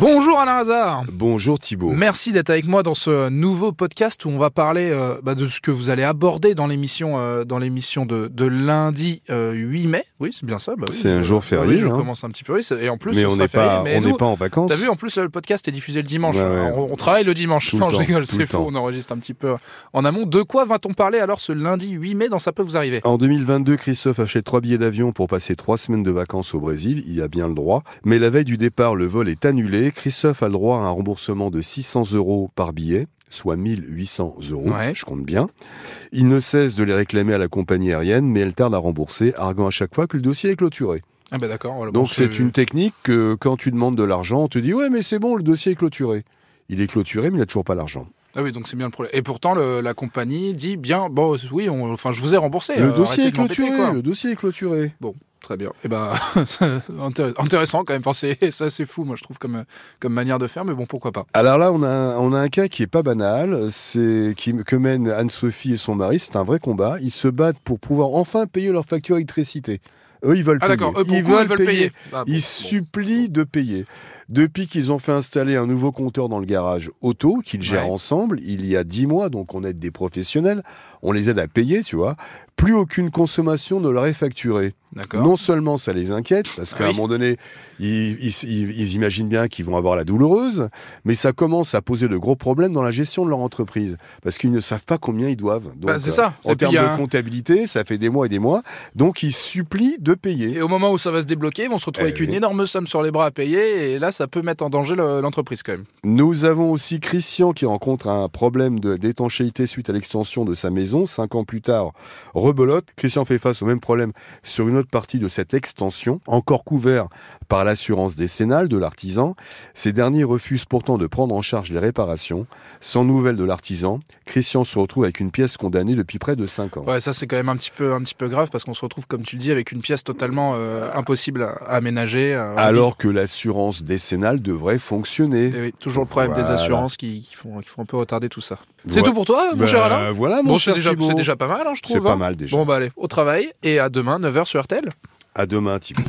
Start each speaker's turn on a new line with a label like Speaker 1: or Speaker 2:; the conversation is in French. Speaker 1: Bonjour Alain Hazard
Speaker 2: Bonjour Thibault.
Speaker 1: Merci d'être avec moi dans ce nouveau podcast où on va parler euh, bah, de ce que vous allez aborder dans l'émission euh, dans l'émission de, de lundi euh, 8 mai. Oui, c'est bien ça. bah oui.
Speaker 2: C'est un jour férié,
Speaker 1: Oui, je
Speaker 2: hein.
Speaker 1: commence un petit peu. oui, c'est- Et en plus,
Speaker 2: mais
Speaker 1: ce
Speaker 2: on
Speaker 1: sera
Speaker 2: n'est pas,
Speaker 1: férié. Mais
Speaker 2: on n'est
Speaker 1: nous,
Speaker 2: pas en vacances.
Speaker 1: T'as vu, en plus, là, le podcast est diffusé le dimanche.
Speaker 2: Ouais, ouais.
Speaker 1: Alors, On, on travaille le dimanche.
Speaker 2: Tout le
Speaker 1: non, je
Speaker 2: temps,
Speaker 1: rigole,
Speaker 2: tout
Speaker 1: c'est
Speaker 2: le
Speaker 1: faux.
Speaker 2: temps.
Speaker 1: On enregistre un petit peu en amont. De quoi va-t-on parler alors ce lundi 8 mai dans Ça peut vous arriver
Speaker 2: En 2022, Christophe achète trois billets d'avion pour passer trois semaines de vacances au Brésil. Il a bien le droit. Mais la veille du départ, le vol est annulé. Christophe a le droit à un remboursement de 600 euros par billet, soit 1800 euros.
Speaker 1: Ouais.
Speaker 2: Je compte bien. Il ne cesse de les réclamer à la compagnie aérienne, mais elle tarde à rembourser, arguant à chaque fois que le dossier est clôturé.
Speaker 1: Ah ben d'accord. voilà, bon,
Speaker 2: Donc c'est une technique que quand tu demandes de l'argent, on te dit ouais mais c'est bon, le dossier est clôturé. Il est clôturé, mais il n'a toujours pas l'argent.
Speaker 1: Ah oui, donc c'est bien le problème. Et pourtant, le- la compagnie dit bien, bon, oui, on- enfin, je vous ai remboursé.
Speaker 2: Le
Speaker 1: euh,
Speaker 2: dossier
Speaker 1: arrêtez
Speaker 2: est
Speaker 1: de m'embêter,
Speaker 2: clôturé,
Speaker 1: quoi.
Speaker 2: le dossier est clôturé.
Speaker 1: Très bien. Et ben, intér- intéressant quand même. Enfin, c'est ça, c'est fou. Moi, je trouve comme comme manière de faire, mais bon, pourquoi pas.
Speaker 2: Alors là, on a, on a un cas qui est pas banal, c'est qui, que mènent Anne-Sophie et son mari, c'est un vrai combat. Ils se battent pour pouvoir enfin payer leur facture électricité. Eux, ils veulent
Speaker 1: Ah
Speaker 2: payer.
Speaker 1: d'accord. Eux, pour le coup, ils veulent payer. Ah, bon,
Speaker 2: Ils
Speaker 1: bon.
Speaker 2: supplient de payer. Depuis qu'ils ont fait installer un nouveau compteur dans le garage auto, qu'ils gèrent
Speaker 1: Ouais.
Speaker 2: ensemble, il y a dix mois, donc on aide des professionnels, on les aide à payer, tu vois, plus aucune consommation ne leur est facturée.
Speaker 1: D'accord.
Speaker 2: Non seulement ça les inquiète, parce
Speaker 1: Ah
Speaker 2: qu'à
Speaker 1: oui.
Speaker 2: un moment donné, ils, ils- ils- ils imaginent bien qu'ils vont avoir la douloureuse, mais ça commence à poser de gros problèmes dans la gestion de leur entreprise, parce qu'ils ne savent pas combien ils doivent. Donc,
Speaker 1: Bah, c'est ça.
Speaker 2: euh,
Speaker 1: Et
Speaker 2: En
Speaker 1: puis,
Speaker 2: termes
Speaker 1: il y a
Speaker 2: de
Speaker 1: un-
Speaker 2: comptabilité, ça fait des mois et des mois, donc ils supplient de payer.
Speaker 1: Et au moment où ça va se débloquer, ils vont se retrouver
Speaker 2: Eh
Speaker 1: avec
Speaker 2: oui.
Speaker 1: une énorme somme sur les bras à payer, et là, ça peut mettre en danger le- l'entreprise quand même.
Speaker 2: Nous avons aussi Christian qui rencontre un problème de- d'étanchéité suite à l'extension de sa maison. Cinq ans plus tard, rebelote. Christian fait face au même problème sur une autre partie de cette extension, encore couvert par l'assurance décennale de l'artisan. Ces derniers refusent pourtant de prendre en charge les réparations. Sans nouvelles de l'artisan, Christian se retrouve avec une pièce condamnée depuis près de cinq ans.
Speaker 1: Ouais, ça c'est quand même un petit peu, un petit peu grave parce qu'on se retrouve, comme tu le dis, avec une pièce totalement euh, impossible à à aménager. euh, en
Speaker 2: Alors que l'assurance décennale devrait fonctionner.
Speaker 1: vie. Et Eh oui, toujours le problème des
Speaker 2: Voilà.
Speaker 1: assurances qui, qui font, qui font un peu retarder tout ça. C'est
Speaker 2: Voilà.
Speaker 1: tout pour toi, mon
Speaker 2: Bah,
Speaker 1: cher Alain
Speaker 2: Voilà, mon
Speaker 1: Bon, c'est
Speaker 2: cher
Speaker 1: déjà,
Speaker 2: Thibault.
Speaker 1: c'est déjà pas mal, hein, je trouve.
Speaker 2: C'est pas
Speaker 1: hein.
Speaker 2: mal déjà.
Speaker 1: Bon, bah allez, au travail et à demain, 9h sur RTL.
Speaker 2: À demain, Thibault.